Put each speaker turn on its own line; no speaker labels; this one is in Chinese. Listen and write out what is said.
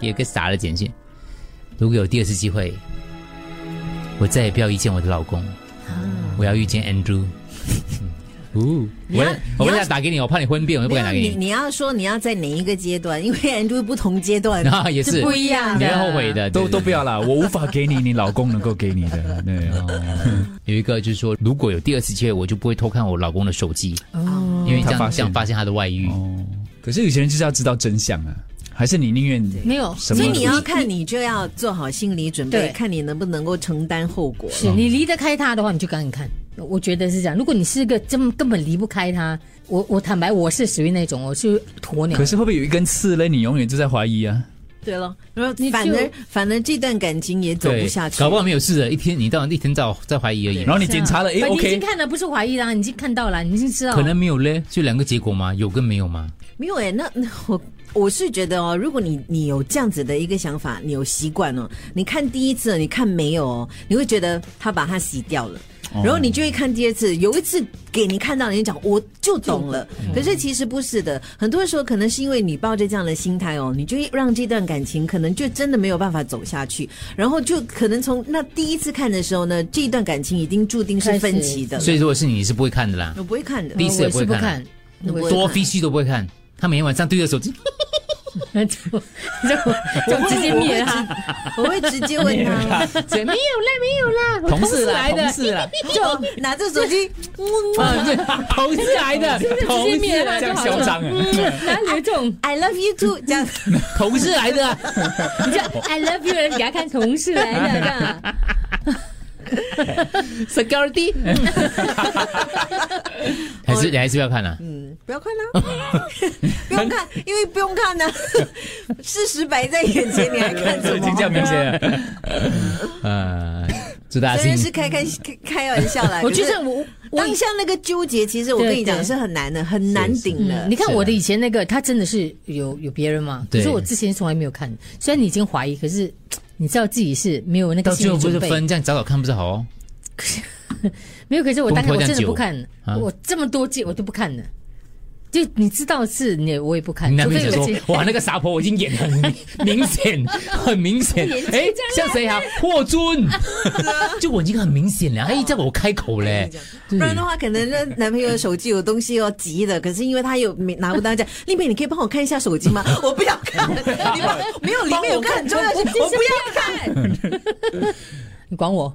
也给撒了简讯。如果有第二次机会，我再也不要遇见我的老公，我要遇见 Andrew。哦，
啊你
我
要
要我
你要
不想打给你，我怕你婚变，我就不
没
敢
有
打给
你，
你。
你要说你要在哪一个阶段，因为 Andrew 不同阶段
然后 也
就是不一样
你
的，
会后悔。的，
都
对
都不。要啦，我无法给你，你老公能够给你的。对，哦
有一个就是说，如果有第二次机会，我就不会偷看我老公的手机，
哦，
因为这
他发
样
现
这样发现他的外遇。
哦，可是有些人就是要知道真相啊，还是你宁愿
没有，
什么
所以你要看，你就要做好心理准备，
对
看你能不能够承担后果。
是你离得开他的话，你就赶紧看。我觉得是这样。如果你是个真根本离不开他，我我坦白，我是属于那种我是鸵鸟
可。是会不会有一根刺嘞？你永远就在怀疑啊？
对了，然后
你就
反而反而这段感情也走
对，
不下去，
搞不好没有事的，一天你到一天到在怀疑而已
然。后你检查了，
是
诶
啊反正你已
o
经
k
看了，不是怀疑啦，你已经看到了，你已经知道了。
可能没有嘞，就两个结果吗？有跟没有吗？
没有哎、那那我我是觉得哦，如果你你有这样子的一个想法，你有习惯哦，你看第一次，你看没有哦，你会觉得他把它洗掉了。
哦
然后你就会看第二次，有一次给你看到，你就讲我就懂了。
嗯
可是其实不是的，很多时候可能是因为你抱着这样的心态哦，你就会让这段感情可能就真的没有办法走下去，然后就可能从那第一次看的时候呢，这一段感情已经注定是分歧的了。
所以如果是你，你是不会看的啦
我，不会看的
第，一次也
我
不
是
会
不
看啊
看，我也
会
多
看
必须都不会看。他每天晚上对着手机，
就就就直接灭他，
我会直接问 他。
没有啦，没有啦，我同事来的，
事啦，
就拿着手机，
嗯
啊，对，
哦
同事来的，
直
同
接
事
灭他
这
就
样
好
嚣
了。嗯
张啊！
哪里有这种？
I love you too，这样
同事来的啊，
你就 I love you，人家给他看同事来的这样，
security，还
哦
是你还是不要看了，啊
嗯
不要看啦， 不用看，因为不用看呢、事实摆在眼前，你还看 什
已经这样
么？
明显了，
呃，祝大家
虽然是
新
开开开开玩笑啦，
我觉
可
得
是
我我
当下那个纠结，其实我跟你
对
讲
对
是很难的，很难顶的
嗯，你。看
是啊
我的以前那个，他真的是有有别人嘛？可
对
是我之前从来没有看，虽然你已经怀疑，可是你知道自己是没有那个
到
心
最
理
后不
准
是
备。
分这样找找看不是好哦？
没有，可是我当时
崩
我
溃
真的
这样
不
久
看，
啊
我这么多届我都不看了。就你知道是你，我也不看
你。男
除
朋
非
友
有
说
自己：“
哇，那个傻婆我已经演得很 明显，很明 显。哎，像谁啊？霍尊，
啊
就我已经很明显了。哎，这个我开口嘞，
不然的话，可能那男朋友手机有东西哦，急的。可是因为他有没拿不到，这样 丽妹，你可以帮我看一下手机吗？我不要 看，你帮没有里面有个很重要的事，我不要看。
你管我？